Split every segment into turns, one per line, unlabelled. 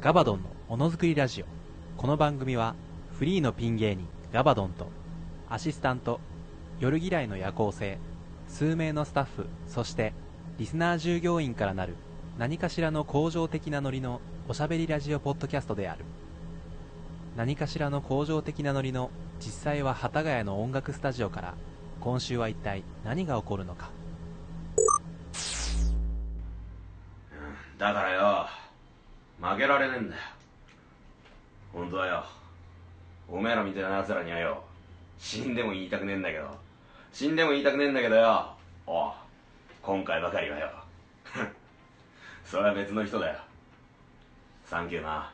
ガバドンのものづくりラジオこの番組はフリーのピン芸人ガバドンとアシスタント夜嫌いの夜行性数名のスタッフそしてリスナー従業員からなる何かしらの向上的なノリのおしゃべりラジオポッドキャストである何かしらの向上的なノリの実際は幡ヶ谷の音楽スタジオから今週は一体何が起こるのか
だからよ負けられねえんだよ本当はよおめえらみたいな奴らにはよ死んでも言いたくねえんだけど死んでも言いたくねえんだけどよおう今回ばかりはよ それは別の人だよサンキューな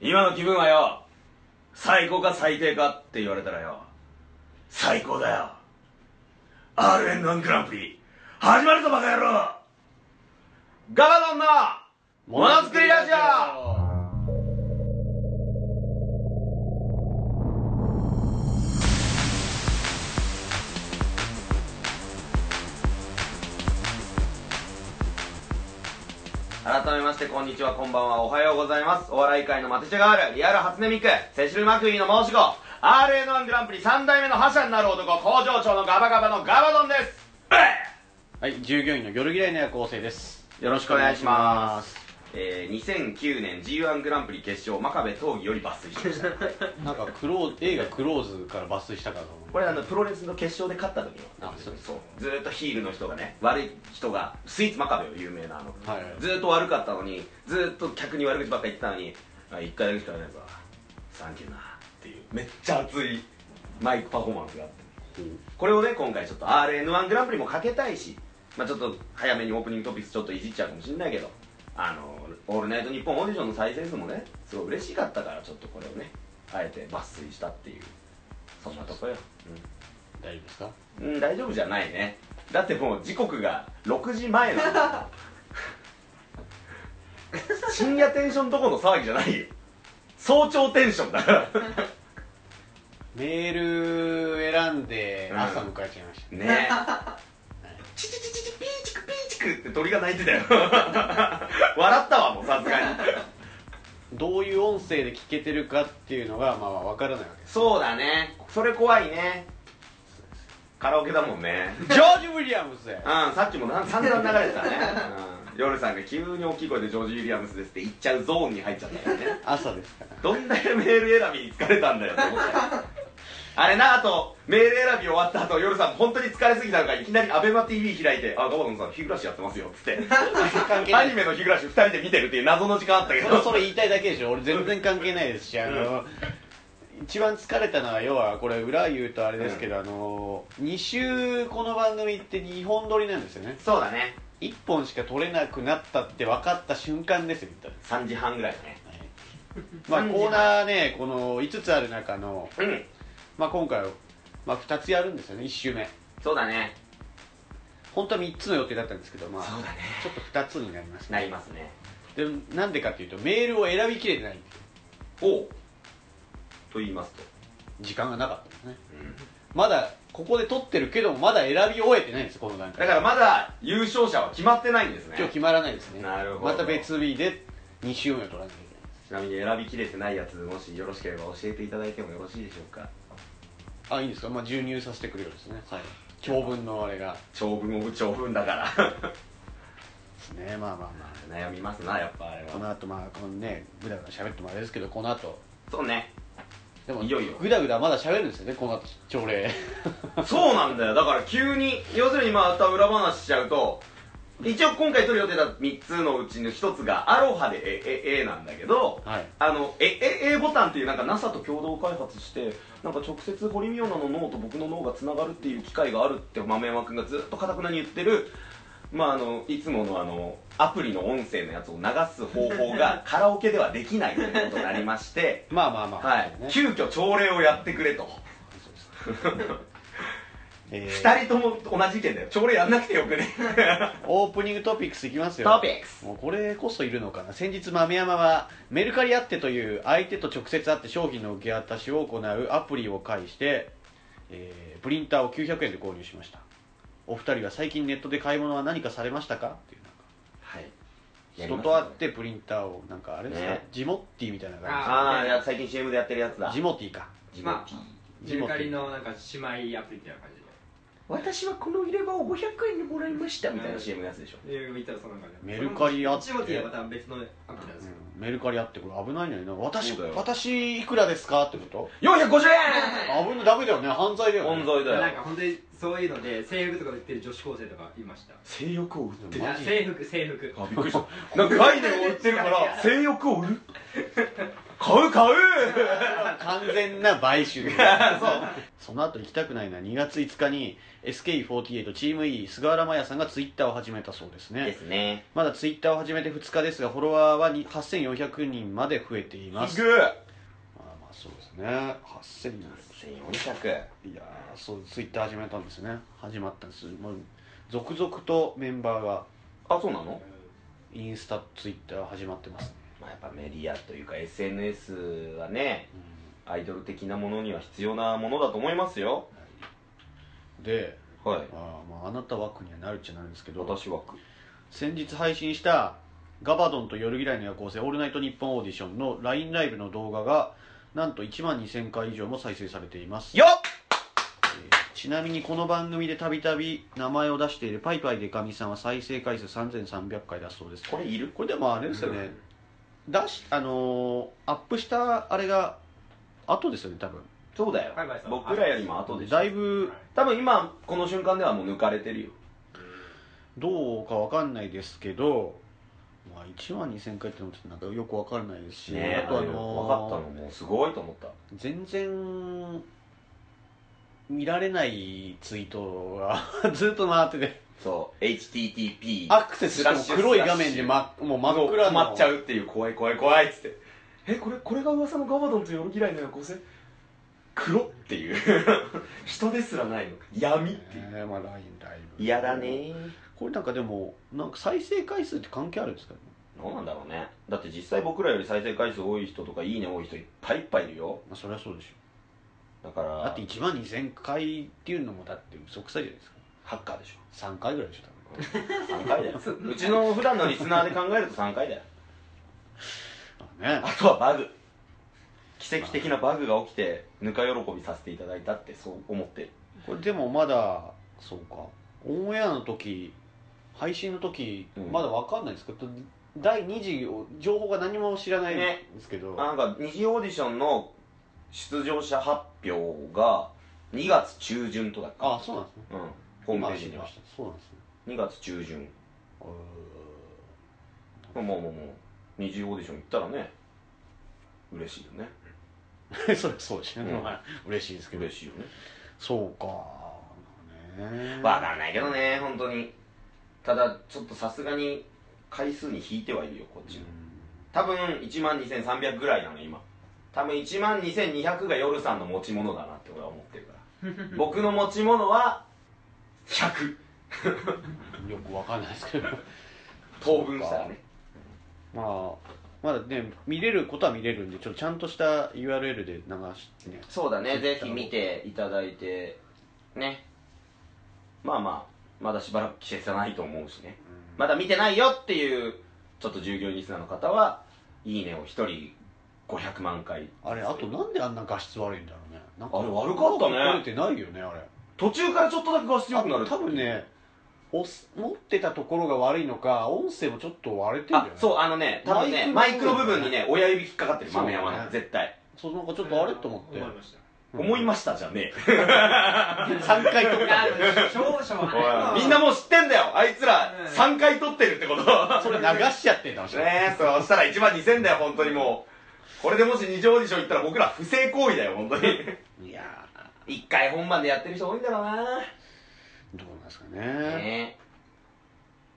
今の気分はよ最高か最低かって言われたらよ最高だよ RN1 グランプリ始まるぞバカ野郎ガバドンのものづくりラジオ改めましてこんにちはこんばんはおはようございますお笑い界のマテ茶があるリアル初音ミクセシル・マクイーの申し子 RN1 グランプリ3代目の覇者になる男工場長のガバガバのガバドンです
はい、従業員の夜嫌いの夜行性です。よろし
よろしくお願いします。えー、2009年 G1 グランプリ決勝真壁闘技より抜粋しました
なんかクロー映画クローズから抜粋したからと思
これあのプロレスの決勝で勝った時の
あそうです
そうずーっとヒールの人がね悪い人がスイーツ真壁を有名なあの、
はいはい
ずーっと悪かったのにずーっと客に悪口ばっか言ってたのにあ一回だけしかやらないぞサンキューなっていうめっちゃ熱いマイクパフォーマンスがあってこれをね今回ちょっと RN1 グランプリもかけたいし、まあ、ちょっと早めにオープニングトピックスちょっといじっちゃうかもしれないけど「あのオールナイトニッポン」オーディションの再生数もねすごい嬉しかったからちょっとこれをねあえて抜粋したっていうそんなとこよ、
大丈夫ですか
うん、うん、大丈夫じゃないねだってもう時刻が6時前なん だ深夜テンションどこの騒ぎじゃないよ早朝テンションだから
メール選んで
うん
朝迎えちゃいまし
ねえチチチチチピーチクピーチクって鳥が鳴いてたよ 笑ったわもうさすがに
た。どういう音声で聞けてるかっていうのがまあわからないわけです。
そうだねそれ怖いねカラオケだもんね
ジョージ・ウィリアムズで
うんさっきもなん散々流れてたね、うん、夜さんが急に大きい声でジョージ・ウィリアムスですって言っちゃうゾーンに入っちゃったよね
朝ですから。
どんだけメール選びに疲れたんだよって思ったよあれなあとメール選び終わった後夜さん本当に疲れすぎたのかいきなり ABEMATV 開いて「あガバドンさん日暮らしやってますよ」っつって
関係な
ア
い
ニメの日暮らし2人で見てるっていう謎の時間あったけ
そ
ど
れそれ言いたいだけでしょ。俺全然関係ないですし、あの。一番疲れたのは要はこれ裏言うとあれですけど、あの2週この番組って2本撮りなんですよね
そうだね
1本しか撮れなくなったって分かった瞬間ですよ言ったら
3時半ぐらいだね
まあ、
3時半
コーナーね、この5つある中の、
うん
まあ、今回は、まあ、2つやるんですよね、1周目。
そうだね
本当は3つの予定だったんですけど、まあ、
そうだね
ちょっと2つになりました
な
ね。
りますね
でなんでかっていうと、メールを選びきれてない
おうと言いますと
時間がなかったんですね。まだ、ここで撮ってるけども、まだ選び終えてないんです、この段
だ
階。
からまだ優勝者は決まってないんですね
今日決まらないですね。
なるほど
また別日で2周目を撮らなきゃいけな
ち
い。
なみに選びきれてないやつもしよろしければ教えていただいてもよろしいでしょうか
あ、いいんですかまあ、授乳させてくるようですね。はい。長文のあれが。
長文を長文だから
ですね、まあまあまあ。
悩み ますなやっぱあれ
こ
は
の後、まあ、このね、ぐだぐだ喋ってもあれですけど、この後、
そうね
でも
いよいよ
ぐだぐだまだ喋るんですよねこの 朝礼
そうなんだよだから急に要するにまた裏話しちゃうと一応今回撮る予定だった3つのうちの1つが「アロハでえええなんだけど、
はい
あのえええボタンっていうなんか NASA と共同開発してなんか直接堀美央奈の脳と僕の脳がつながるっていう機会があるって豆山君がずっとかたくなに言ってるまああのいつものあのアプリの音声のやつを流す方法 がカラオケではできないということになりまして
まあまあまあ、
はい
ね
急遽朝礼をやってくれと。
えー
二人とも同じ意見だよ朝礼やんなくてよくね
オープニングトピックスいきます よ
トピックス
もうこれこそいるのかな先日豆山はメルカリアッテという相手と直接会って商品の受け渡しを行うアプリを介して、えープリンターを900円で購入しましたお二人は最近ネットで買い物は何かされましたかっていうなんか
はいやり
人
ましたね
と会ってプリンターをなんかあれですか、
ね
ジモッティみたいな感
ああ、や最近 CM でやってるやつ
じ
だ。
ジモティか
ジモ
まあ
ティ
ジ
メ
モ
ル
ティ
カリのなんか姉妹アプリみたいな感じ
私はこの入れ歯を500円でもらいましたみたいな CM のやつでしょ。
で映画見たらそんな感じ
メルカリア
ア
プリ
ジモティはまた別のアプリなんですよ
うんメルカリあってこれ危ないのにな私
そうだよ
私いくらですかってこと
450
危ないダメだよね犯罪だよ
円
ね
本罪だ
なん
よ。
か本当にそういうので制服とかで売ってる女子高生とかいました
性欲を売っ
で
い
も
や制服制服
あ、びっくりした。なんかガイデンを売ってるから、性欲を売る買う買う
完全な買 収その後行きたくないな2月5日に SK48 チーム E 菅原麻也さんがツイッターを始めたそうですね
ですね。
まだツイッターを始めて2日ですがフォロワーはに8400人まで増えていますす
ぐ
まあまあそうですね8000人
!1400。
いやーそうツイッター始めたんですね始まったんですもう続々とメンバーが
あ、そうなの
インスタツイッター始まってますね、
まあやっぱメディアというか SNS はね、アイドル的なものには必要なものだと思いますよ。
で
はい
あ。ー、まああなた枠にはなるっちゃなるんですけど
私は。
先日配信したガバドンと夜嫌いの夜行性オールナイトニッポンオーディションの LINE ライブの動画がなんと1万2000回以上も再生されています
よっ
ちなみにこの番組でたびたび名前を出しているパイパイでかみさんは再生回数3300回だそうです
これいる
これでもあれですよね出しあのーアップしたあれが後ですよね多分
そうだよ
バイバイさん
僕らよりも後でしょ
だいぶ
多分今この瞬間ではもう抜かれてるよ
どうかわかんないですけど、まあ、1万2000回ってのもちょっとなんかよくわかんないですし、あとあ
分かったの
の
もうすごいと思った
ー全然見られないツイートが ずっと回ってて
そう HTTP
アクセスしても黒い画面で、ま、もう真っ暗の
困っちゃうっていう怖い怖い怖いっつってえこれこれが噂のガバドンと夜嫌いの夜行性黒っていう人ですらないの闇っていう
ねまあ、ラインライブ
嫌だね
これなんかでもなんか再生回数って関係あるんですかね
どうなんだろうねだって実際僕らより再生回数多い人とかいいね多い人いっぱいいっぱいいるよ
まあそれはそうでし
だから
ょだって1万2000回っていうのもだって嘘くさいじゃないですか
ハッカーでしょ
3回ぐらいでしょ多分
3回だようちの普段のリスナーで考えると3回だよ
あね
あとはバグ奇跡的なバグが起きてぬか喜びさせていただいたってそう思ってる
これでもまだそうかオンエアの時配信の時、
うん
まだわかんないですけど第2次を情報が何も知らないんで
ね
すけど、
なんか二次オーディションの出場者発表が2月中旬とだっけ
あそうなんですね
うんホームページに
今
は
知りましたそうなんですね
2月中旬
う
もうもうもう二次オーディション行ったらね嬉しいよね
ーん それそうですね、
うん
まあ嬉しいですけど
嬉しいよね
そうかね
わかんないけどね本当にただちょっとさすがに回数に引いてはいるよこっちの多分1万2300ぐらいなの今多分1万2200が夜さんの持ち物だなって俺は思ってるから 僕の持ち物は100
うんよくわかんないです けど
当分したらね
まあまだね見れることは見れるんでちょっとちゃんとした URL で流してね
そうだねぜひ
ひ見
見ていただいてねまあまあまだしばらく季節はないと思うしねまだ見てないよっていうちょっと従業員リスナーの方はいいねを1人500万回
あれあとなんであんな画質悪いんだろうねなん
あれ悪かったね
撮れてないよねあれ
途中からちょっとだけ画質良くなる
多分ね押す持ってたところが悪いのか音声もちょっと割れてるんだ
あ
よね
そうあのね多分ねマ
マ
イ
イ
ク
ク
の
の
部
部
分
分
に
に
ね親指引っかかってる
そう
豆
ね
山の絶対
そうなんかちょっとあれと思って
思いました
思いましたじゃね
3回撮っ
いや
たんだよ
でも少々
え
は
お
ね
いみんなもう知ってんだよあいつら
うん
3回撮ってるってこと
それ流しちゃってんだもしれない
ねえそうしたら1万2000だよ本当にもうこれでもし二次オーディション行ったら僕ら不正行為だよ本当に
いや
一回本番でやってる人多いんだろうな
ーどうなんですかね
ね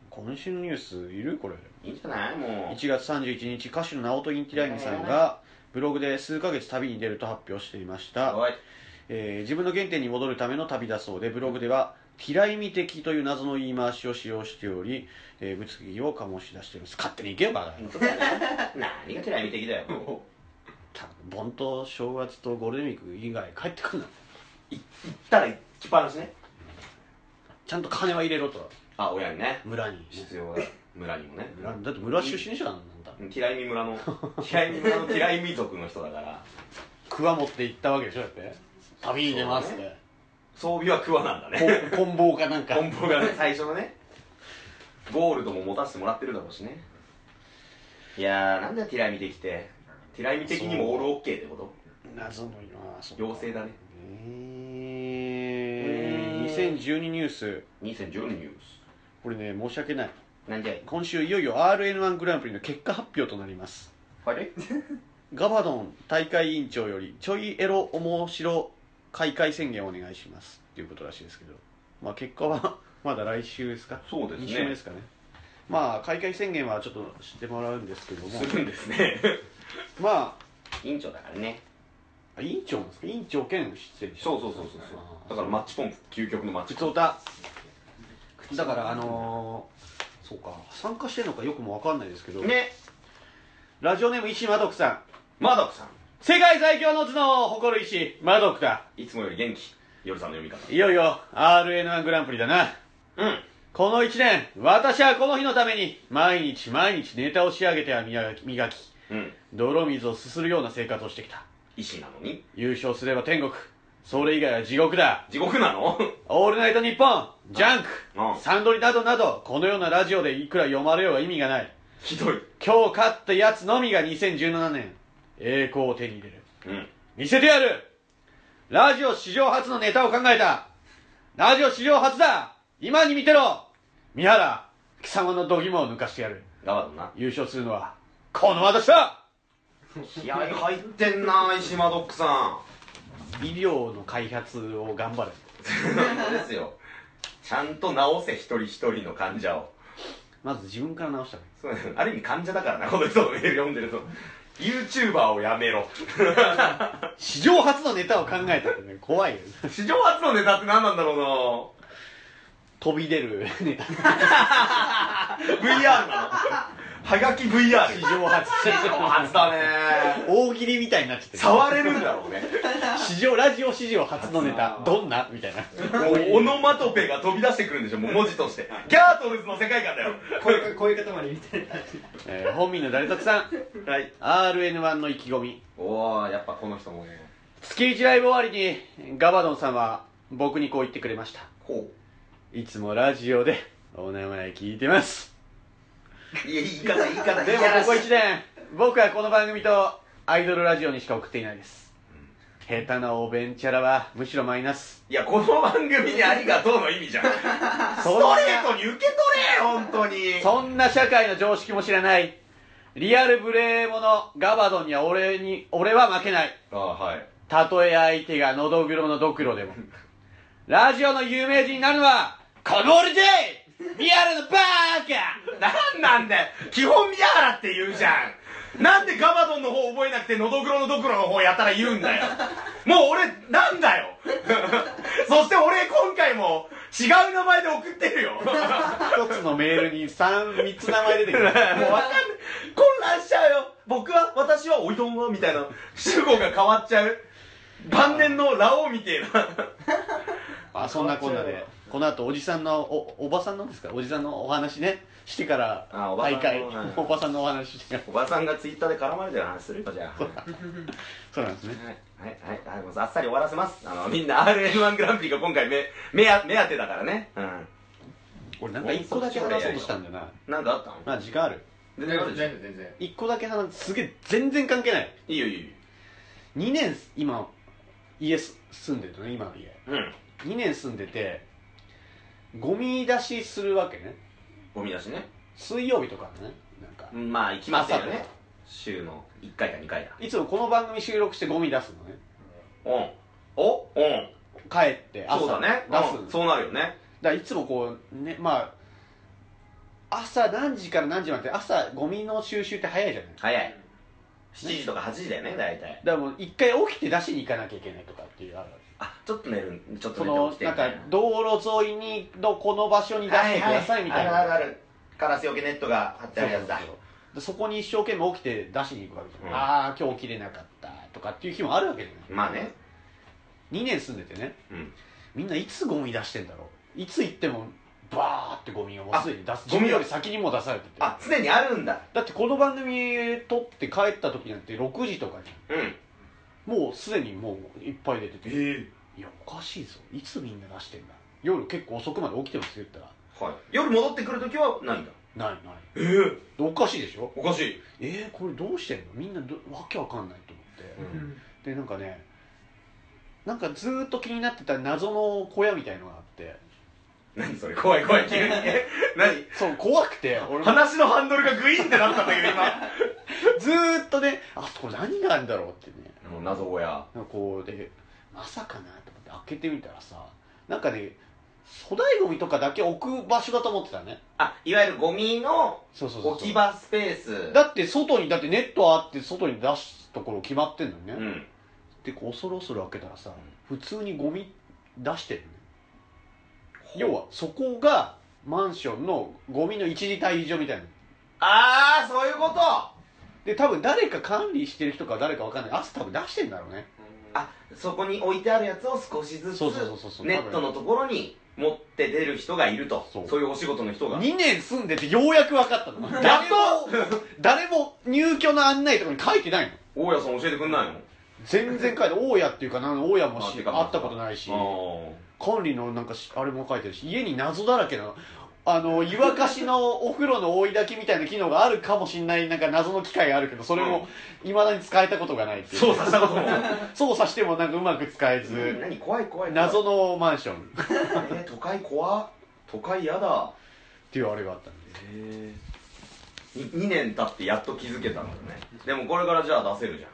今週のニュースいるこれ
えいいんじゃないもう
1月31日歌手の直人インティライミさんがブログで数ヶ月旅に出ると発表していました
おい
えー自分の原点に戻るための旅だそうでブログでは「ティライミ的」という謎の言い回しを使用しており、えー物議を醸し出しています勝手に行けよバカ
本当だよな何が嫌い見てきだよ
多分盆と正月とゴールデンウィーク以外帰ってくんな
行ったら行きっぱなしね
ちゃんと金は入れろと
あ親にね
村に
必要だ村にもね
村だって村出身者なんだ
嫌いみ村の 嫌いみ村の嫌いみ族の人だから
桑持って行ったわけでしょだって旅に出ますって、
装備は桑なんだね
こん棍棒かなんか
梱包がね最初のねゴールドも持たせてもらってるだろうしねいやーなんだティラミできてティラミ的にもオールオッケーってこと
謎の今そう
妖精だね
えー、2012ニュース
2010年ニュー
これね申し訳ない
スなんじゃい
今週いよいよ RN1 グランプリの結果発表となります
あれ
ガバドン大会委員長よりちょいエロ面白開会宣言をお願いしますっていうことらしいですけど、まあ、結果は まだ来週ですか
そうですね
2週目ですかねまあ開会宣言はちょっとしてもらうんです けども
するんですね
ま
委員長だからね
あ委員長なんですか委員長兼出演者
そうそうそうそうそうだからマッチポンプ究極のマッチ
普
ポン
通だだからあのーそうか参加してるのかよくもわかんないですけど、
プね
ラジオネーム石マドクさん
マダコさん
世界最強の頭脳を誇る石マドクだ
いつもより元気夜さんの読み方
いよいよ RN1 グランプリだな
うん
この1年私はこの日のために毎日毎日ネタを仕上げては磨き磨き
うん
泥水をすするような生活をしてきた
医師なのに
優勝すれば天国それ以外は地獄だ
地獄なの
オールナイトニッポンジャンク
うん
サンドリなどなどこのようなラジオでいくら読まれようが意味がない
ひどい
今日勝ったやつのみが2017年栄光を手に入れる
うん
見せてやるラジオ史上初のネタを考えたラジオ史上初だ今に見てろ三原貴様の度肝を抜かしてやる
ガバドンな
優勝するのはこの私だ
気合入ってんな石マドックさん
医療の開発を頑張る
そうですよちゃんと治せ一人一人の患者を
まず自分から直した
そうですある意味患者だからなこの人のメール読んでると YouTuber をやめろ
史上初のネタを考えたってね怖いよね
史上初のネタって何なんだろ
飛び出るネタ
うな VR なのはがき VR
史上初
史上初だね
大喜利みたいになっちゃってる
触れるんだろうね
史上ラジオ史上初のネタ
初
どんなみたいな
もうオノマトペが飛び出してくるんでしょもう文字としてギャートルズの世界観だよ
こういうこういう方までみたいな
えー本民の誰得さん
はい
RN1 の意気込み
おおやっぱこの人もね
月1ライブ終わりにガバドンさんは僕にこう言ってくれました
ほ
いつもラジオでお名前聞いてます
ういや言い方言い方
でもここ1年僕はこの番組とアイドルラジオにしか送っていないです下手なおべんちゃらはむしろマイナス
いやこの番組にありがとうの意味じゃんス
そん
ト
な
レートに受け取れ本当に
そんな社会の常識も知らないリアル無礼者ガバドンには俺に俺は負けない
あはい
たとえ相手がのどぐろのドクロでも。ラジオの有名人になるのは、この俺でリアルのバーカ
なんなんだよ基本宮原って言うじゃんなんでガバドンの方覚えなくてのどぐろのドクロの方やったら言うんだよもう俺なんだよそして俺今回も違う名前で送ってるよもう分か
一つのメールに三、三つ名前出て くる。
んない混乱しちゃうよ僕は私はおいどんはみたいな主語が変わっちゃう晩年のラオウみてえな
まあそんなこんなで、この後おじさんの、お、おばさんなんですかおじさんのお話ね、してから、
あおばさんの
大会
はい、
おばさんのお話してから。
おばさんがツイッターで絡まれてる話するかじゃあ
そうなんですね。
はい、はい、はい、もうあっさり終わらせます。あの、みんな RM1 グランプリが今回目、目や、目当てだからね。うん。
俺なんか一個だけ話そうとしたんだよな。
なんかあったの
まあ時間ある。
全然ある
全
でしょ
然全然
一個だけ話、すげえ、全然関係ない。
いいよいいよ。
二年、今、家す住んでるのね、今の家。
うん。
2年住んでてゴミ出しするわけね
ゴミ出しね。
水曜日とかねなんか
うんまあ、行きますよ
朝と
ね
か。
週の1回か2回だ。
いつもこの番組収録してゴミ出すのね
うん。おうん。
帰って朝
そうだね。うん
出すのだか
そうなるよね。
らいつもこうねまあ朝何時から何時まで朝ゴミの収集って早いじゃないだか
早い。7時とか8時だよね、大体。
らもう一回起きて出しに行かなきゃいけないとかっていうある
あ、ちょっと寝る、ちょっと
そ
寝て
の
起きて
な
み
ん
たい
か
な。
道路沿いにのこの場所に出してくださいみたいな、
ははあるあるある。カラスよけネットが貼ってあるやつだ
そう。そうそうでそこに一生懸命起きて出しに行くわけじゃん、
うん
ああ今日起きれなかったとかっていう日もあるわけじゃな
ま
い
あね。
2年住んでてね
うん。
みんないつゴミ出してんだろういつ行ってもバーってゴミをもうすでに出す
あゴ
ゴ
ミを
ミより先にもう出されてて
あ常にあるんだ
だってこの番組撮って帰った時なんて6時とかに
うん
もうすでにもういっぱい出てて
え
いやおかしいぞいつみんな出してんだ夜結構遅くまで起きてますよって言っ
えはい夜戻ってくるときはないんだ
たらないない
ええ
でおかしいでしょ
おかしい
えー、これどうしてんのみんなどわけわかんないと思って、でなんかねなんかずーっと気になってた謎の小屋みたいのがあって
何それ怖い怖 い急に何
そう怖く て俺も
話のハンドルがグインってなったんだけど 今
ずーっとねあそこ何があるんだろうってね
もう謎小屋
なんかこうでまさかなと思って開けてみたらさなんかね粗大ゴミとかだけ置く場所だと思ってたね
あいわゆるゴミの
そうそうそう
置き場スペース
だって外にだってネットあって外に出すところ決まってんのにね、
うん
でこう恐る恐る開けたらさ普通にゴミ出してるね要はそこがマンションのゴミの一時退避所みたいな
ああそういうこと
で多分誰か管理してる人か誰かわかんない朝多分出してんだろうね
あそこに置いてあるやつを少しずつ
そうそうそうそうそう
ネットのところに持って出る人がいると
そう
いうお仕事の人が
2年住んでてようやく分 かったのやっと誰も入居の案内とかに書いてないの
大家さん教えてくんないの
全然書いて 大家っていうかなん大家もし
あて
会っ
か
たことないし
あー
管理のなんかしあれも書いてるし家に謎だらけなのあの湯沸かしのお風呂の追い炊きみたいな機能があるかもしれないなんか謎の機械があるけどそれもいまだに使えたことがないっていう
操作したことも
操作してもなんかうまく使え
うん
ず、
何怖い怖い怖い
謎のマンションっ
えー都会怖っ都会やだ
ていうあれがあったんで
へえ2年経ってやっと気づけたんだよねでもこれからじゃあ出せるじゃん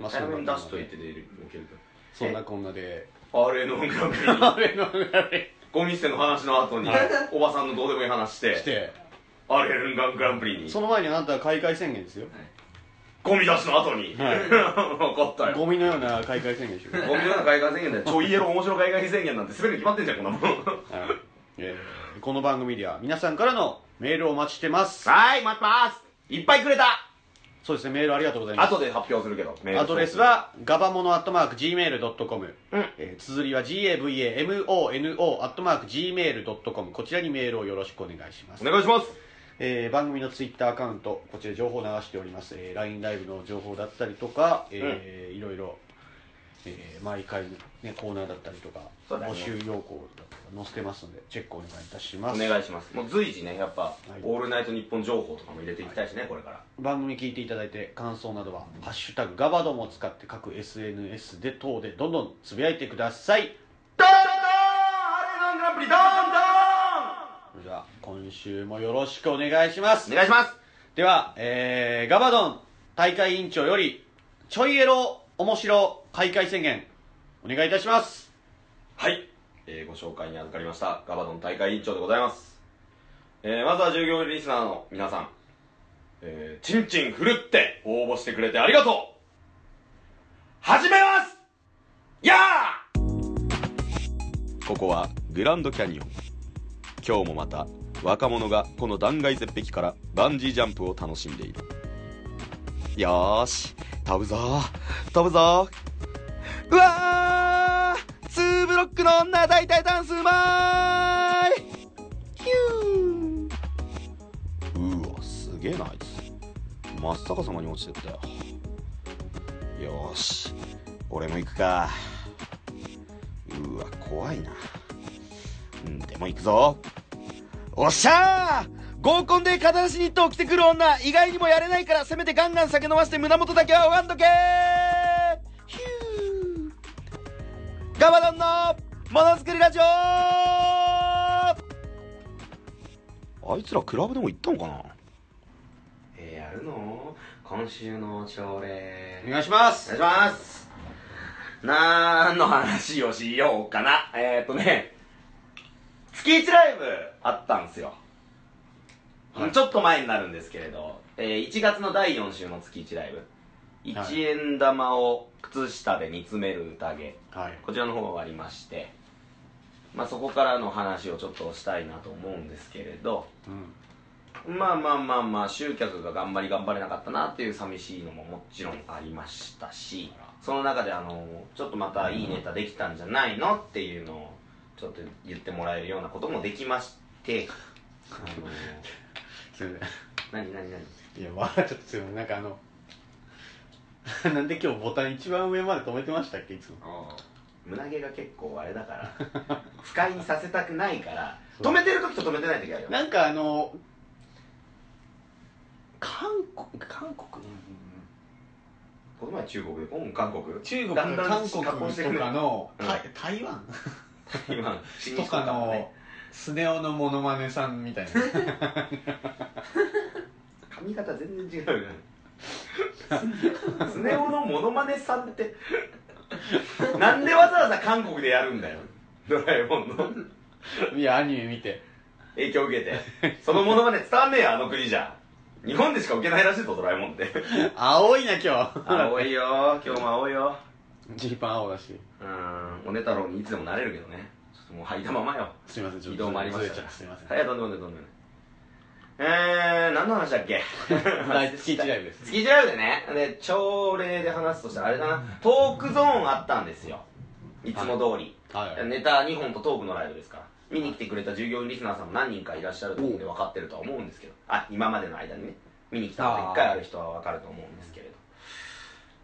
まあ
早めに出しといて
ね
出る受ける
そんなこんなで
RA の音楽 に
あれのあれ
ゴミ捨ての話の後に、おばさんのどうでもいい話して、
して
アレルンガングランプリに、
その前にあなたは開会宣言ですよ、
ゴミ出しの後に、
はい
分かったよ。ゴ
ゴミのような開会宣言でしょ、
ミのような海外宣言だよ。ちょいエロ面白海外宣言なんて滑るに決まってんじゃん、こんな もん。は
はいえーこの番組では皆さんからのメールをお待ちしてま
い、
す
待ってますいっぱいくれた
そうですねメールありがとうございます
後で発表するけど、メール
アドレス、はガバモノアットマーク Gmail.com、
うん
えー綴りは GAVAMONO アットマーク Gmail.com こちらにメールをよろしくお願いします
お願いします
えー番組のツイッターアカウントこちら情報を流しております、えー LINE ライブの情報だったりとか、えーいろいろ、えー毎回、ね、コーナーだったりとか、
そうだね
募集要項だとか載せてますのでチェックお願いいたしま
お
す
願いします。もう随時ね、やっぱ、
い
オールナイト日本情報とかも入れていきたいしね、これから。
番組聞いていただいて感想などは「ハッシュタグガバドン」を使って各 SNS で等でどんどんつぶやいてください
ドーンドーンアレルングランプリドーンド
それでは今週もよろしくお願いします
ーンお願いします
では、えー、ガバドン大会委員長よりちょいエロ面白開会宣言お願いいたします
はい、えーご紹介に預かりましたガバドン大会委員長でございます、えーまずは従業員リスナーの皆さん、えー、チンチン振るって応募してくれてありがとう始めますやーここはグランドキャニオン今日もまた若者がこの断崖絶壁からバンジージャンプを楽しんでいるよーし飛ぶぞー飛ぶぞーうわーツーブロックの女大体ダンスうまーいヒューうわすげえなあいつ真っ逆さまに落ちてったよよーし俺も行くかうわ怖いなうんでも行くぞおっしゃー合コンで肩なしニットを着てくる女意外にもやれないからせめてガンガン酒飲ませて胸元だけは拝んどけーヒューガバドンのものづくりラジオあいつらクラブでも行ったのかなえやるの今週の朝礼
お願いします
お願いします何の話をしようかなえー、っとね月1ライブあったんすよ、
はい
ちょっと前になるんですけれど、えー1月の第4週の月1ライブ
はい
1円玉を靴下で煮詰める宴
はい
こちらの方が終わりましてまあそこからの話をちょっとしたいなと思うんですけれど
うん
まあまあまあまあ集客が頑張り頑張れなかったなっていう寂しいのももちろんありましたしその中であのちょっとまたいいネタできたんじゃないのっていうのをちょっと言ってもらえるようなこともできましてあ の
すいま
何何何
せんいやわあちょっとすいませんなんかあの なんで今日ボタン一番上まで止めてましたっけいつも
あ
胸毛が結構あれだから不快にさせたくないから
そう
止めてる時と止めてない時あるよ
なんかあの韓国韓国、
この前中国でうん韓国
中国
だんだん
韓
加工
国
してく
と
る
かの、
うん
た台湾
今新
と
日
か
本から
の
ね
スネ夫のモノマネさんみたいな
髪型全然違う よねスネ夫のモノマネさんってなんでわざわざ韓国でやるんだよドラえもんの
いやアニメ見て
影響を受けてそのモノマネ伝わんねえよあの国じゃ日本でしか受けないらしいぞドラえもんって
青いな今
青いよ今日も青いよ
日ジーパン青だし
うーんおね太郎にいつでもなれるけどねちょっともう履いたままよ
すいませんちょっ
移
と
動もありま
ず
し
れち
た
ゃ
ね
うすいません、
はいとんでもないとんでもないえー、何の話だっ け
はい月一ライブです
月一ライブでねで朝礼で話すとしたらあれだなトークゾーンあったんですよいつも通り、
はい
ネタ2本とトークのライブですから見に来てくれた従業員リスナーさんも何人かいらっしゃると思うんで分かってるとは思うんですけどあ今までの間にね見に来たこと1回ある人は分かると思うんですけれど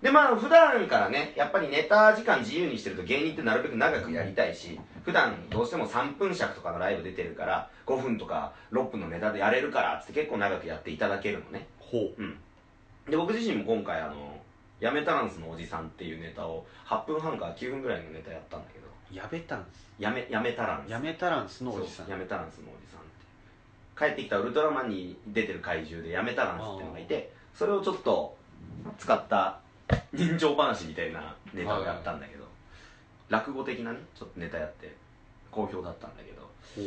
でまあ普段からねやっぱりネタ時間自由にしてると芸人ってなるべく長くやりたいし普段どうしても3分尺とかのライブ出てるから5分とか6分のネタでやれるからっつって結構長くやっていただけるのね
ほ
うんで僕自身も今回あの「やめたらんすのおじさん」っていうネタを8分半から9分ぐらいのネタやったんだけど
うやめたんす
やめやめたらんす
やめたらんすのおじさん
そうやめたらんすのおじさんって帰ってきたウルトラマンに出てる怪獣でやめたらんすってのがいてそれをちょっと使った人情話みたいなネタをやったんだけど落語的なねちょっとネタやって好評だったんだけど
ほう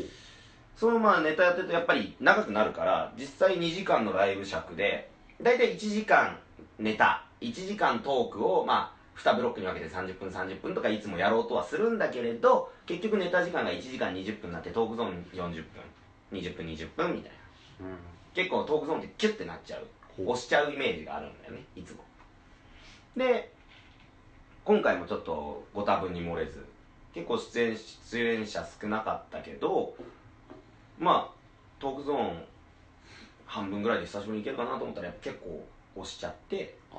そのまあネタやってるとやっぱり長くなるから実際2時間のライブ尺で大体1時間ネタ1時間トークをまあ2ブロックに分けて30分30分とかいつもやろうとはするんだけれど結局ネタ時間が1時間20分になってトークゾーン40分20分20分みたいな
うん
結構トークゾーンってキュッてなっちゃう押しちゃうイメージがあるんだよねいつもで今回もちょっとご多分に漏れず結構出演出演者少なかったけどまあトークゾーン半分ぐらいで久しぶりにいけるかなと思ったらやっぱ結構押しちゃって、
あ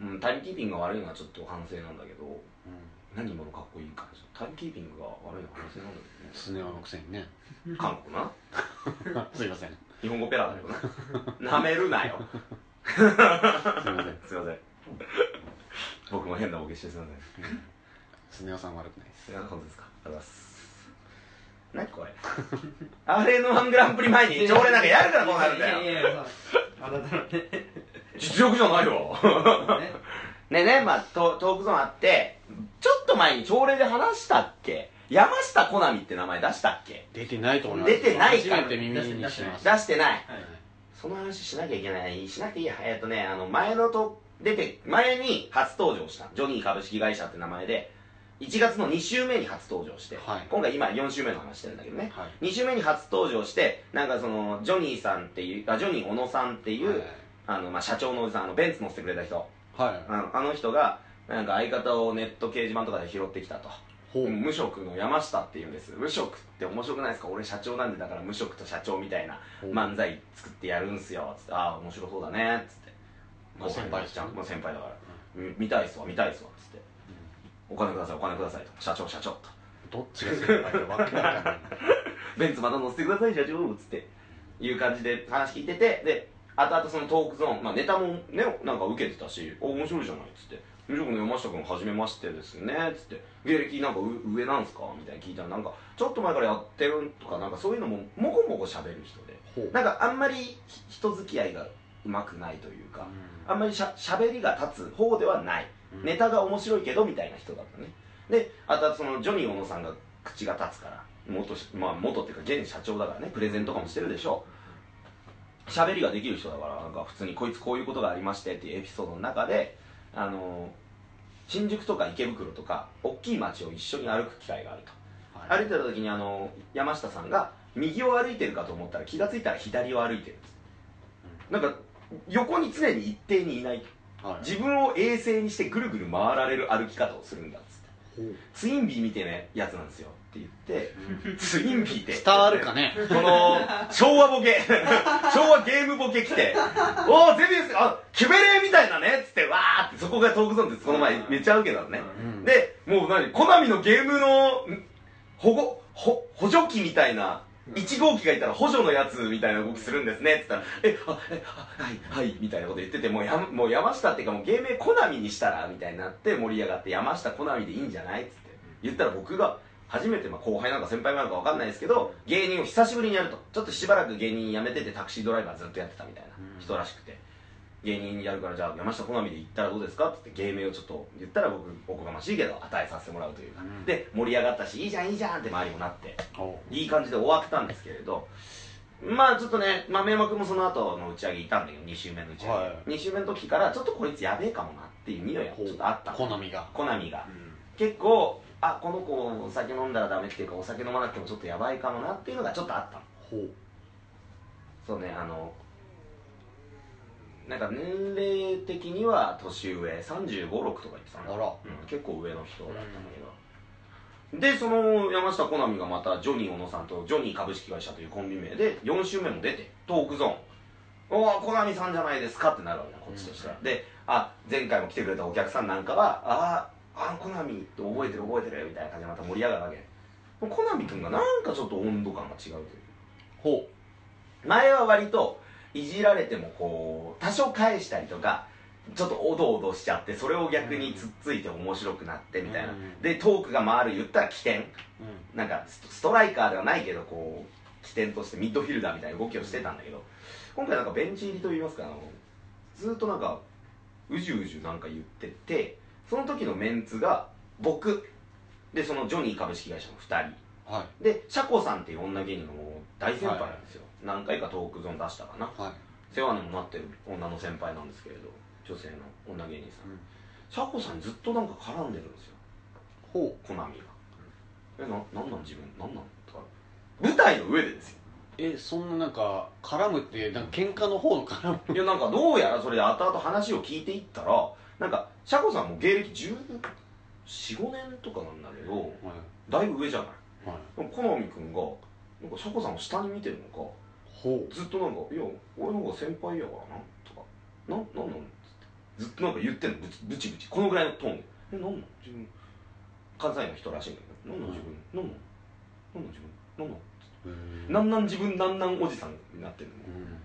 ら、
うん、タイムキーピングが悪いのはちょっと反省なんだけど
うん、
何今のかっこいい感じタイムキーピングが悪いのは反省なんだけ
スネ夫のくせにね
どね韓国な
すいませんすい
日本語ペラだけどななめるなよ
ません
すいません僕も変なボケしてすいません
スネ夫さん悪くないです
すいません本当ですかありがとうございます何これ RN1 グランプリ前に朝礼なんかやるからこうなるんだ
いやい
よ
やいやあなたのね
実力じゃないよ
ね
ねえねえまあトトークゾーンあってちょっと前に朝礼で話したっけ山下コナミって名前出したっけ
出てないと思います
出てない
初
から
めて耳にしまし
出
た
してない
はい
その話しなきゃいけないしなくていいやえっとねあの前のと出て前に初登場したジョニー株式会社って名前で1月の2週目に初登場して、
はい
今回今4週目の話してるんだけどね、
はい
2週目に初登場してなんかそのジョニーさんっていうあジョニー小野さんっていう、あのまあ、社長のおじさんあのベンツ乗せてくれた人
はい、
あのあの人がなんか相方をネット掲示板とかで拾ってきたと
ほう
無職の山下っていうんです無職って面白くないですか俺社長なんでだから無職と社長みたいな漫才作ってやるんすよつってああ面白そうだねっつって
まあ
後輩
先輩です
ちゃ
よ
ん
ね
まあ先輩だから、み見たいっすわ見たいっすわつって、お金くださいお金くださいと社長社長と
どっちが先輩か分かんない
ベンツまた乗せてください社長っつっていう感じで話聞いててで後々そのトークゾーン、まあ、ネタもねなんか受けてたしお面白いじゃないっつって「無職の山下君はじめましてですね」っつって「芸歴なんかう上なんすか?」みたいな聞いたらなんかちょっと前からやってるとかなんかそういうのももこもこ喋る人で
ほう
なんかあんまりひ人付き合いがうまくないというか、あんまりしゃ喋りが立つ方ではない、
うん
ネタが面白いけどみたいな人だったねであとはそのジョニー小野さんが口が立つから元し、まあ、元っていうか現社長だからねプレゼンとかもしてるでしょ喋りができる人だからなんか普通にこいつこういうことがありましてっていうエピソードの中であの新宿とか池袋とか大きい街を一緒に歩く機会があると
はい
歩いてた時にあの山下さんが右を歩いてるかと思ったら気が付いたら左を歩いてるなんか横に常に一定にいない
はい
自分を衛星にしてぐるぐる回られる歩き方をするんだっつって
ほう
ツインビーみたいなやつなんですよ言って、ツインビーで。
伝わるかね
この、昭和ボケ、 昭和ゲームボケ来て、おー、ゼビウス、あ、キュベレーみたいなねっつって、わーって、そこがトークゾーンで、その前、めっちゃ合うけどね。
うん
で、もう何、コナミのゲームの、ん保護、ほ補助機みたいな、1号機がいたら補助のやつみたいな動きするんですねっつったら、え、あ、え、あはい、はい、みたいなこと言ってて、もうやもう山下っていうかもう芸名コナミにしたら、みたいになって盛り上がって、山下コナミでいいんじゃないっつって。言ったら僕が、初めて、まあ、後輩なんか先輩なんかわかんないですけど、芸人を久しぶりにやると。ちょっとしばらく芸人辞めててタクシードライバーずっとやってたみたいな
うん
人らしくて。芸人やるからじゃあ山下好みで行ったらどうですかって言って芸名をちょっと言ったら僕おこがましいけど与えさせてもらうというか、
うん
で盛り上がったしいいじゃんいいじゃんって周りもなっていい感じで終わったんですけれどまあちょっとね、まあ、名幕もその後の打ち上げいたんだけど2週目の打ち上げ、
は
2週目の時からちょっとこいつやべえかもなっていう匂いがちょっとあった
好みが
コナミが結構あこの子お酒飲んだらダメっていうかお酒飲まなくてもちょっとやばいかもなっていうのがちょっとあったの
ほう
そうねあのなんか年齢的には年上3 5 6とか言ってた
あら
の、うん、結構上の人だったんだけど、でその山下好みがまたジョニー小野さんとジョニー株式会社というコンビ名で4週目も出てトークゾーンおお好みさんじゃないですかってなるわけだこっちとしては、であ前回も来てくれたお客さんなんかはあああの好みって覚えてる覚えてるみたいな感じでまた盛り上がるわけ好み君がなんかちょっと温度感が違うという
ほ
前は割といじられてもこう多少返したりとかちょっとおどおどしちゃってそれを逆につっついて面白くなってみたいな、
うん
でトークが回る言ったら起点
ううん
なんかスストライカーではないけどこう起点としてミッドフィルダーみたいな動きをしてたんだけど今回なんかベンチ入りといいますかあのずっとなんかうじゅうじゅなんか言っててその時のメンツが僕でそのジョニー株式会社の2人
は
でシャコさんっていう女芸人のもう大先輩なんですよ、何回かトークゾーン出したかない
はい
世話にもなってる女の先輩なんですけれど女性の女芸人さん、
うん
シャコさんにずっとなんか絡んでるんですよ
ほ
コナミが「えななんなん自分なんなん?」とか舞台の上でですよ
うえそんななんか絡むってなんか喧嘩の方の絡む
いやなんかどうやらそれで後々話を聞いていったらなんかシャコさんも芸歴1415年とかなんだけど
は
だいぶ上じゃない
いはい
でもコナミ君がなんかシャコさんを下に見てるのか
ほ
ずっとなんか「いや俺の方が先輩やからな」とか「ななんなの?」ずっとなんか言ってんのブチブチブチこのぐらいのトーンで「えなんなの自分関西の人らしいんだけどなんなん自分なんなんなんなん自分なんなん
うう
なん
ん
なん自分なんなんおじさんになってるの
うん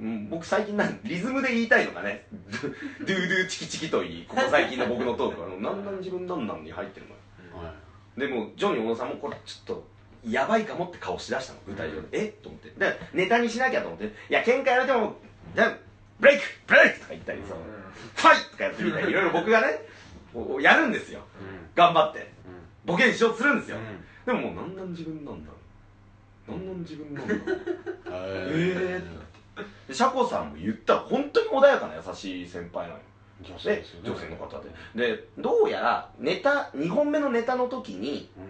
うん、僕最近なんリズムで言いたいのかねドゥドゥチキチキといいここ最近の僕のトークは「なんなん自分なんなん」に入ってるのよ
はい
でもジョニー小野さんもこれちょっとやばいかもって顔しだしたの舞台上で、えっと思ってでネタにしなきゃと思って「いや喧嘩やめてもじゃあブレイクブレイク!」とか言ったりさ「
うん
ファイ!」とかやってみたりいろいろ僕がねこうやるんですよ
うん
頑張って
うん
ボケにしようとするんです
う
よ、
ん
でももうなんなん自分なんだろうなんなん自分なんだろう
え
でシャコさんも言ったら本当に穏やかな優しい先輩なのよ
ー女性
で
ですよね
女性の方ででどうやらネタ2本目のネタの時に
うん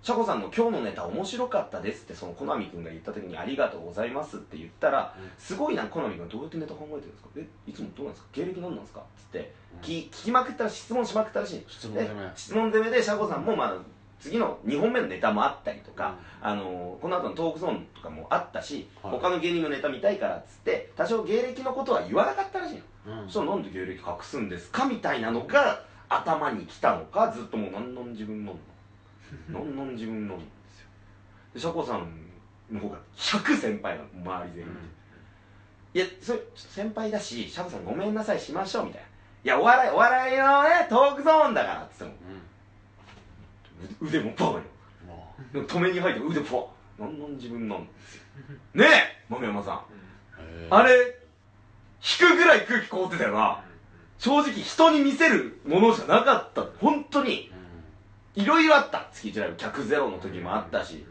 シャコさんの「今日のネタ面白かったです」ってそのコナミ君が言った時に「ありがとうございます」って言ったら
うん
すごいなコナミ君どうやってネタ考えてるんですかえいつもどうなんですか芸歴何なんですかつって
うん
聞聞きまくったら質問しまくったらしいの
質問
で
攻め
質問攻めでシャコさんもまあ次の2本目のネタもあったりとか、
う
あのこの後のトークゾーンとかもあったし、
はい
他の芸人のネタ見たいからっつって多少芸歴のことは言わなかったらしいの、
う
そ
ん
したらなんで芸歴隠すんですかみたいなのが頭に来たのかずっともうなんなん自分なんのなんなん自分なんのですよでシャコさんの方が100先輩なの周り全員、いやそれちょっと先輩だしシャコさんごめんなさいしましょうみたいないやお笑いお笑いのねトークゾーンだからっつっても
うん
う腕もバーよ
も
止めに入って腕パワなんなん自分なんですよねえ豆山さん
うへー
あれ引くぐらい空気凍ってたよな正直人に見せるものじゃなかった本当に
う
いろいろあった月一ライブ客ゼロの時もあったし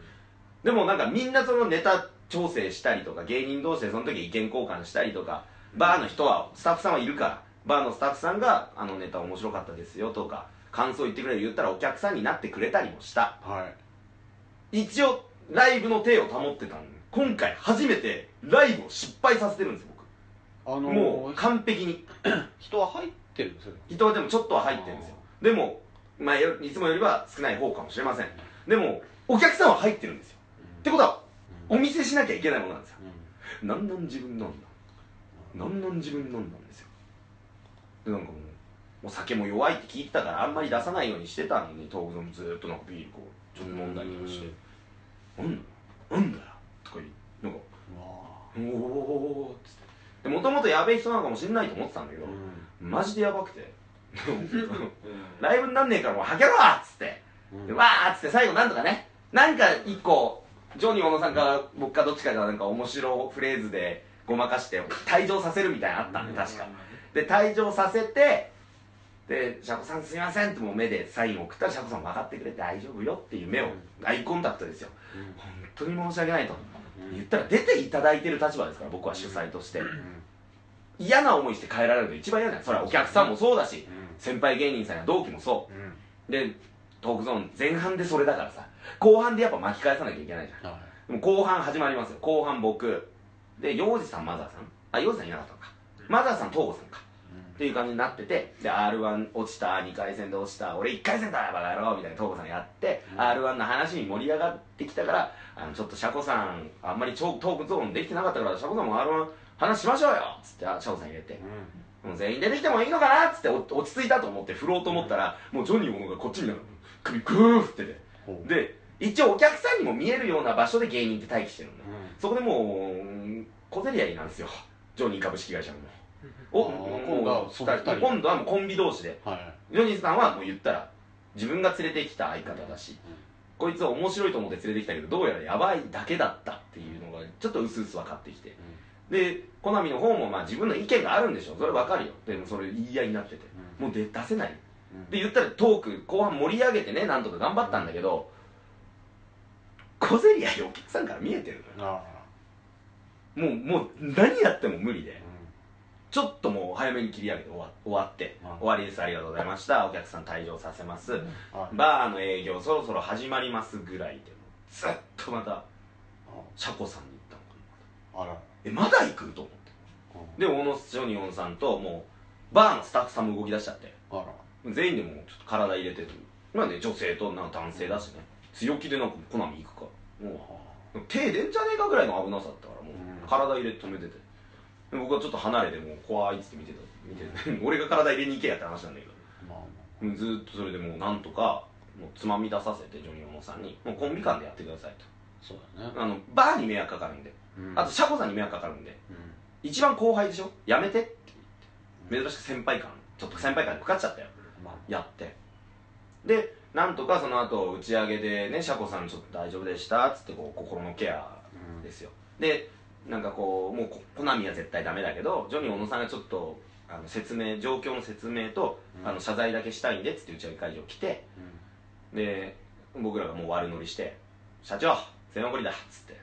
でもなんかみんなそのネタ調整したりとか芸人同士でその時意見交換したりとかバーの人はスタッフさんはいるからバーのスタッフさんがあのネタ面白かったですよとか感想言ってくれる言ったらお客さんになってくれたりもした
んはい
一応ライブの手を保ってたんで今回初めてライブを失敗させてるんです
あの
僕
ー
もう完璧に
人は入ってるんですよ
伊藤はでもちょっとは入ってるんですよでも、まあ、よいつもよりは少ない方かもしれませんでもお客さんは入ってるんですよってことはお見せしなきゃいけないものなんですよなんなん自分なんだなんなん自分なんなんですよでなんかもうお酒も弱いって聞いてたからあんまり出さないようにしてたのに東北もずっとなんかビールこうちょっと飲んだりとかして「なんだなんだよ」とか言うなんか「おーおーおーおー」っつってもともとやべえ人なのかもしれないと思ってたんだけど、マジでやばくてライブになんねえからもうはけろっつってでわーっつって最後なんとかねなんか一個ジョニー小野さんか僕かどっちかがなんか面白フレーズでごまかして退場させるみたいなのあったんで確かで退場させてで「シャコさんすいません」ってもう目でサイン送ったらシャコさん分かってくれて大丈夫よっていう目をアイコンタクトですよ本当に申し訳ないと言ったら出ていただいてる立場ですから僕は主催として嫌な思いして帰られるの一番嫌じゃないそれはお客さんもそうだし先輩芸人さんや同期もそうでトークゾーン前半でそれだからさ後半でやっぱ巻き返さなきゃいけないじゃんでも後半始まりますよ後半僕で洋二さんマザーさんあ洋二さんいなかったのかマザーさん東郷さんかっていう感じになっててで r 1落ちた2回戦で落ちた俺1回戦だバカ野郎みたいな東郷さんやって、r 1の話に盛り上がってきたからあのちょっとシャコさんあんまりトートークゾーンできてなかったからシャコさんも r 1話しましょうよっつってあシャコさん入れて、もう全員出てきてもいいのかなっつってお落ち着いたと思って振ろうと思ったら、もうジョニーものがこっちになる首グー振っててで一応お客さんにも見えるような場所で芸人って待機してるのね、そこでもううん小競り合いなんですよジョニー株式会社のお
あー
もう
今度はそう二人
今度はもうコンビ同士でジョニーさんはもう言ったら自分が連れてきた相方だし、
うん
こいつは面白いと思って連れてきたけどどうやらやばいだけだったっていうのがちょっとうすうす分かってきて、でコナミの方もまあ自分の意見があるんでしょそれ分かるよでもそれ言い合いになってて、もうで出せないで言ったらトーク後半盛り上げてねなんとか頑張ったんだけど小競り合いお客さんから見えてるのよもうもう何やっても無理でちょっともう早めに切り上げて終わ終わって、
うん
終わりですありがとうございましたお客さん退場させます、バーの営業そろそろ始まりますぐらいでずっとまた車庫さんに行ったのかなえまだ行くと思ってで小野ジョニオンさんともうバーのスタッフさんも動き出しちゃって全員でもうちょっと体入れててまあね女性となんか男性だしね強気でなんかコナミ行くからもう手出んじゃねえかぐらいの危なさだったからも
う
うん体入れて止めててで僕はちょっと離れてもう怖いっつって見てた見て て俺が体入れに行けやって話なんだけどうんずーっとそれでもうなんとかもうつまみ出させてジョニー・オモさんに「もうコンビ間でやってください」とあのバーに迷惑かかるんであとシャコさんに迷惑かかるんで一番後輩でしょやめてって言って珍しく先輩感ちょっと先輩感にかかっちゃったよやってでなんとかその後打ち上げでねシャコさんちょっと大丈夫でしたっつってこう心のケアですよでなんかこうもうこコナミは絶対ダメだけどジョニー小野さんがちょっとあの説明状況の説明と、
うん
あの謝罪だけしたいんでっつって打ち上げ会場来てで僕らがもう悪乗りして「社長全残りだ」っつって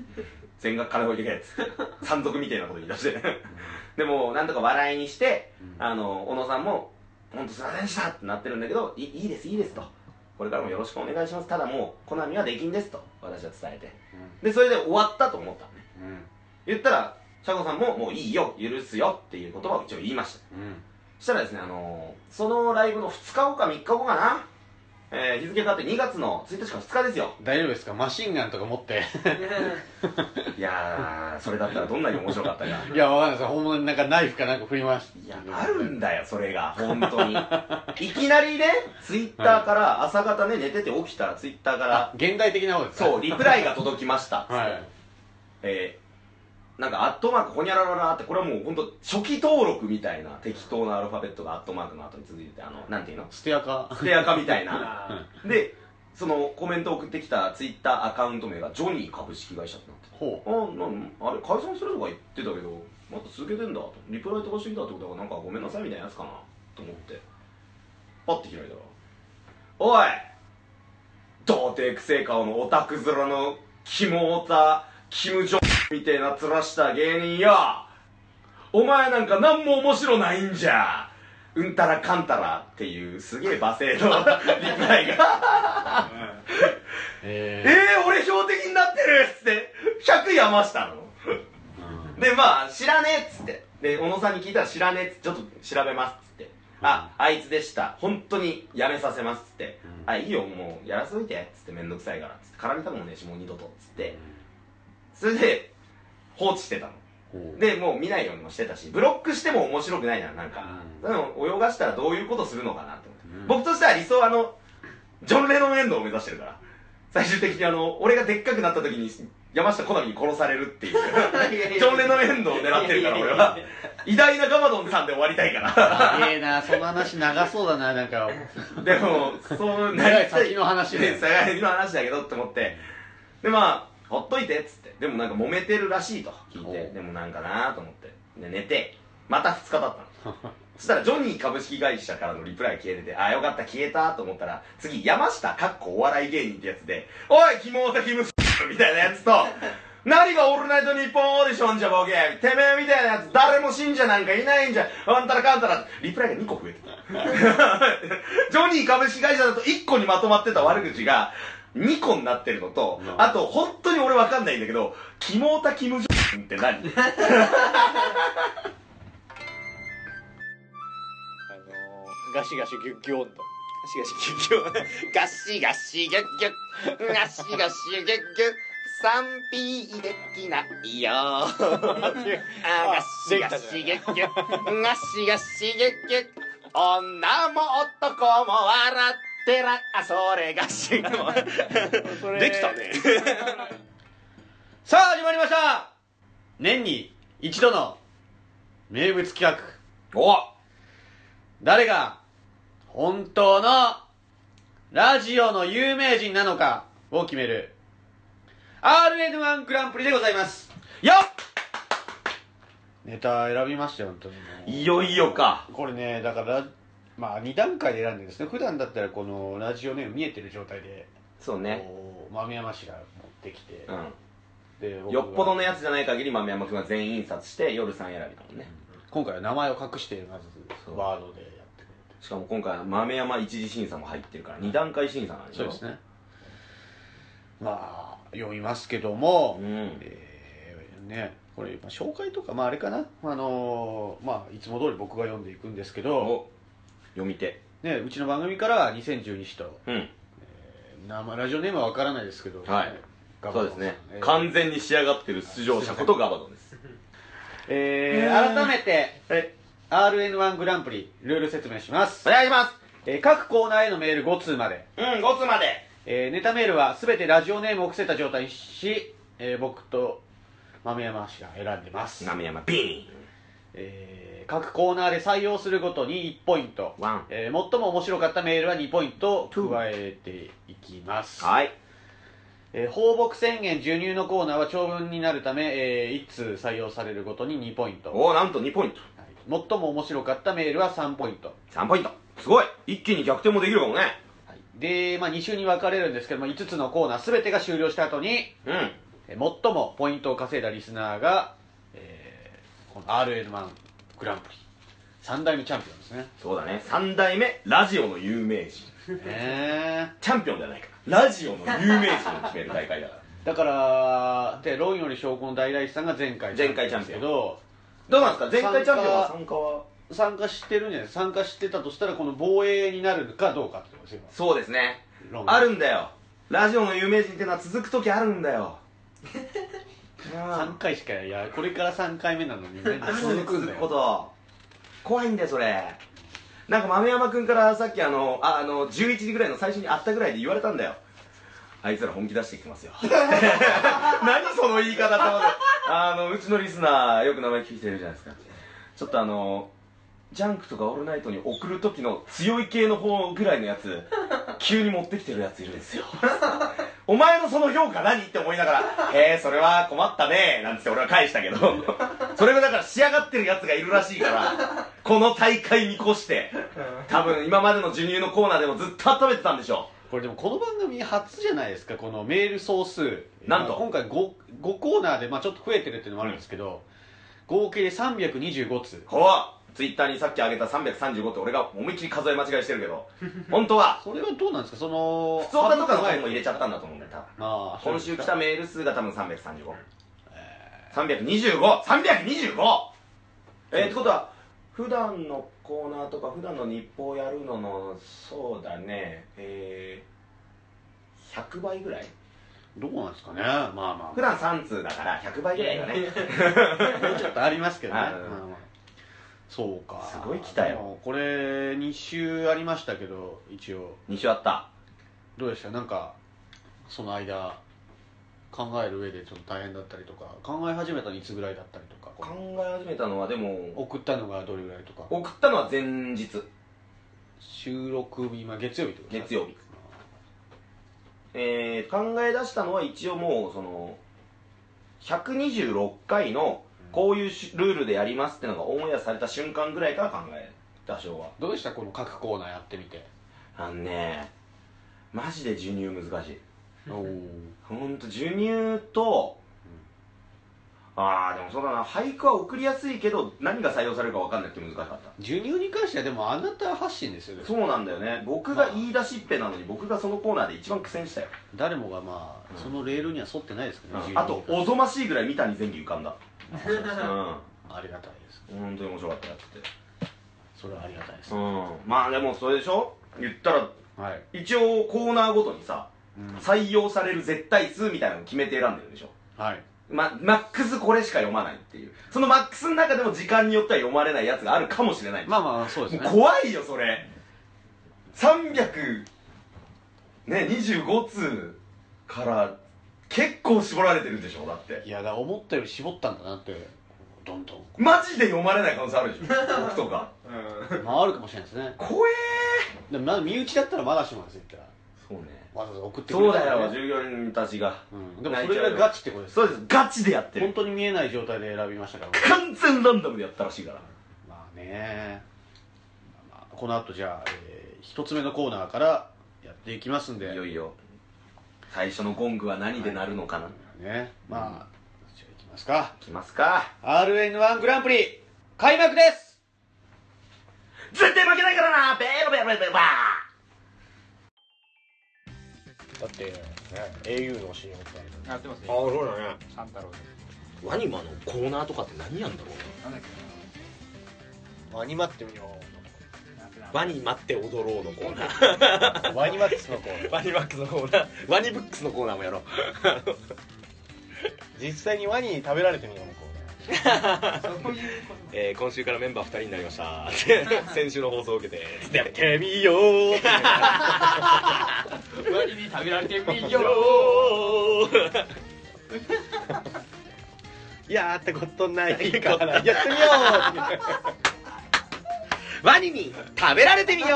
「全額金置いてけ」っつって山賊みたいなこと言い出してでもうなんとか笑いにしてあの小野さんも「本当すいませんでした」ってなってるんだけど「いいいですいいです」と「これからもよろしくお願いします」ただもう「コナミはできんです」と私は伝えてでそれで終わったと思ったのね言ったらシャコさんも「もういいよ許すよ」っていう言葉を一応言いましたそしたらですねあのーそのライブの2日後か3日後かな、えー日付変わって2月の1日か2日ですよ
大丈夫ですかマシンガンとか持って
いやーそれだったらどんなに面白かったか
いやわかんないです本物になんかナイフかなんか振り回して
いやあるんだよそれが本当にいきなりねツイッターから朝方ね寝てて起きたらツイッターから
あ現代的な方ですか
そう、リプライが届きました。
はい
えーなんか、アットマーク、ほにゃらららって、これはもう本当初期登録みたいな適当なアルファベットがアットマークの後に続いてて、あの、なんていうの
ステアカ
ステアカみたいな。
あ
で、そのコメントを送ってきたツイッターアカウント名が、ジョニー株式会社ってなってて
ほ
あなんあれ解散するとか言ってたけどまた続けてんだとリプライ飛ばしてきたってことはなんかごめんなさいみたいなやつかなと思ってパッて開いたら「おい童貞くせえ顔のオタク面のキモオタキム・ジョンみてえな面した芸人よお前なんか何も面白ないんじゃうんたらかんたら」っていうすげえ罵声の リプライが「え
え
ー、俺標的になってる!」っつって100山下なの。
え
でまあ知らねえっつってで小野さんに聞いたら知らねえっつってちょっと調べますっつってああいつでした本当にやめさせますっつって、
うん
あいいよもうやらせといてっつってめんどくさいからっつって絡みたくもねえしもう二度とっつってそれで放置してたの
うん
でもう見ないようにもしてたしブロックしても面白くないななんか、
う
でも泳がしたらどういうことするのかなって思って、
うん
僕としては理想はあのジョン・レノン・エンドを目指してるから最終的にあの俺がでっかくなった時に山下好みに殺されるっていうジョン・レノン・エンドを狙ってるから俺は偉大なガマドンさんで終わりたいから
ええなその話長そうだななんか
でもそう
長い先の話
で
で
下がりの話だけどって思ってでまあほっといてっつってでもなんか揉めてるらしいと聞い
お
て
う
でもなんかなと思ってで寝てまた2日経ったのそしたらジョニー株式会社からのリプライ消えててあよかった消えたと思ったら次山下かっこお笑い芸人ってやつで「おいひもたひむみたいなやつと「何がオールナイトニッポンオーディションじゃボケてめえみたいなやつ誰も信者なんかいないんじゃあんたらかんたら」リプライが2個増えてた ジョニー株式会社だと1個にまとまってた悪口が2個になってるのと、
うん
あと本当に俺わかんないんだけど、キモータキムジョンって 何
あのー、ガシガシギュッギョンと。ガシガシギュッギョン。ガシガシギュッギョン。ガシガシギュッギュン。賛否できないよ。あガシガシギュッギョン。ガシガシギュッギョン。女も男も笑ってら、あ、それガシガシ。 できたね。
さあ始まりました年に一度の名物企画
お
誰が本当のラジオの有名人なのかを決める RN1 グランプリでございます
よ
ネタ選びましたよ本当
っ
に
いよいよか。
これねだからまあ2段階で選んでるんですね普段だったらこのラジオネーム見えてる状態で
そうね。
こう豆山氏が持ってきて、
う
で
ん。
僕が
よっぽどのやつじゃない限り豆山君は全員印刷して夜さん選びだもんね。
今回は名前を隠してまず
そう
ワードでやってくれて
しかも今回は豆山一次審査も入ってるから、2段階審査なんでしょ
そうです。ねまあ読みますけども、
うん。
えーねこれ、まあ紹介とかまああれかなあのーまあいつも通り僕が読んでいくんですけど、
お読み手。
ね、うちの番組からは2012氏と、
うん。
えー名前ラジオネームはわからないですけど、
はい
ガバ
そ
ド
う
ン
で
さ
す
ん
ね。
えー
完全に仕上がってる出場者ことガバドンです。
えー改めて、RN1 グランプリルール説明します
お、願いします
えー各コーナーへのメール5通まで
うん、5つまで
えーネタメールはすべてラジオネームを伏せた状態にし、えー僕と豆山氏が選んでます、
豆山ピン
えー各コーナーで採用するごとに1ポイント、
ワン
えー最も面白かったメールは2ポイント加えていきます、
はい
えー放牧宣言授乳のコーナーは長文になるため、え1通採用されるごとに2ポイント、はい
おおなんと2ポイント
最も面白かったメールは3ポイント
3ポイントすごい一気に逆転もできるかもね
で、まあ、2週に分かれるんですけども5つのコーナー全てが終了した後に
うん
えー最もポイントを稼いだリスナーが、えーこの RN1 グランプリ3代目チャンピオ ンですね
そうだね3代目ラジオの有名人
ねえ
チャンピオンじゃないからラジオの有名人を決める大会だ から
だからで論より証拠の大来さんが前回
前回チャン
です
ピ
け
オン
ど
どうなんですか前回チャンピオンは
参
参加は
参加してるんじゃない参加してたとしたらこの防衛になるかどうかってことですよ
そうですね
論
あるんだよラジオの有名人ってのは続く時あるんだ よ
3回しかいやこれから3回目なのにね
続く
だよ
こと 怖いんだよそれなんか豆山君からさっきあのああの11時ぐらいの最初に会ったぐらいで言われたんだよあいつら本気出してきてますよ何その言い方と思ってあのうちのリスナーよく名前聞いてるじゃないですかちょっとあのジャンクとかオールナイトに送る時の強い系の方ぐらいのやつ急に持ってきてるやついるんですよお前のその評価何って思いながら「へえそれは困ったね」なんつって俺は返したけどそれがだから仕上がってるやつがいるらしいからこの大会見越して多分今までの授乳のコーナーでもずっと温めてたんでしょ
これでもこの番組初じゃないですかこのメール総数
なんと
まあ今回 5, 5コーナーで、まあ、ちょっと増えてるっていうのもあるんですけど、合計で325通
ほらツイッターにさっき上げた335って俺が思いっきり数え間違いしてるけど本当は
それはどうなんですかその
普通歌とかのことも入れちゃったんだと思うんだよ多分
ああ
今週来た
目
メール数が多分335。325!325! えー、ってことは、普段のコーナーとか普段の日報やるののそうだねえー、100倍ぐらい
どうなんですかねまあま
普段3通だから100倍ぐらいだね
あもうちょっとありますけどね、
はい
うんそうか
すごい来たよ
でもこれ2週ありましたけど一応
2週あった
どうでしたなんかその間考える上でちょっと大変だったりとか考え始めたのいつぐらいだったりとかこ
考
う
え始めたのはでも
送ったのがどれぐらいとか
送ったのは前日
収録日今月曜日ってことですか
月曜日えー、考え出したのは一応もうその126回のこういうしルールでやりますってのがオンエアされた瞬間ぐらいから考えた章は
どうでしたこの各コーナーやってみて
あのねマジで授乳難しい
おお
ほんと授乳とああでもそうだな俳句は送りやすいけど何が採用されるか分かんなくて難しかった
授乳に関してはでもあなた発信ですよね
そうなんだよね僕が言い出しっぺなのに僕がそのコーナーで一番苦戦したよ、
誰もがまあ、
うん
そのレールには沿ってないですけどね、
あと
授
おぞましいぐらい三谷前儀浮かんだ
乳に関しては
うん
ありがたいです
本当に面白かったやつって
それはありがたいです、
うんまあでもそれでしょ言ったら
はい、
一応コーナーごとにさ
うん
採用される絶対数みたいなのを決めて選んでるでしょ
はい
ま、マックスこれしか読まないっていうそのマックスの中でも時間によっては読まれないやつがあるかもしれない、
まあまあそうです
もう
ね
怖いよそれ300ね25通から結構絞られてるでしょだって
いやだから思ったより絞ったんだなってどんどん
マジで読まれない可能性あるでしょ 僕とか
うん
回るかもしれないですね
怖え
でもまだ身内だったらまだしもですよ言っ
そうね
たらわざわざ送ってく
そ
れ
う
るか
だ
ら
よ
ね
従業員たちが
うん、でもそれがガチってことです
そうですガチでやってる
本当に見えない状態で選びましたから
完全ランダムでやったらしいから
まあね、まあ、この後じゃあ、えー一つ目のコーナーからやっていきますんで
いよいよ最初のゴングは何で鳴るのかな、
ねまあじゃあいきますか
いきますか
RN1 グランプリ開幕です
絶対負けないからなベロベロベロベロバ
だって、ね、au の CM って
やってますね
あそうだね
三太郎で
ワニマのコーナーとかって何やんだろう
なんだっ
ワニマってみよ
けな
ワニマって踊ろうのコーナー
うワニマックスのコーナー
ワニマックスのコーナーワニブックスのコーナーもやろう
実際にワニに食べられてみようのコーナー
そういうこと
えー今週からメンバー2人になりま したって先週の放送を受けて「やってみよう」
ワニに食べられてみよ
よー
いやーってことな いからやってみよ
ワニに食べられてみよ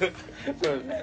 う
うそうですね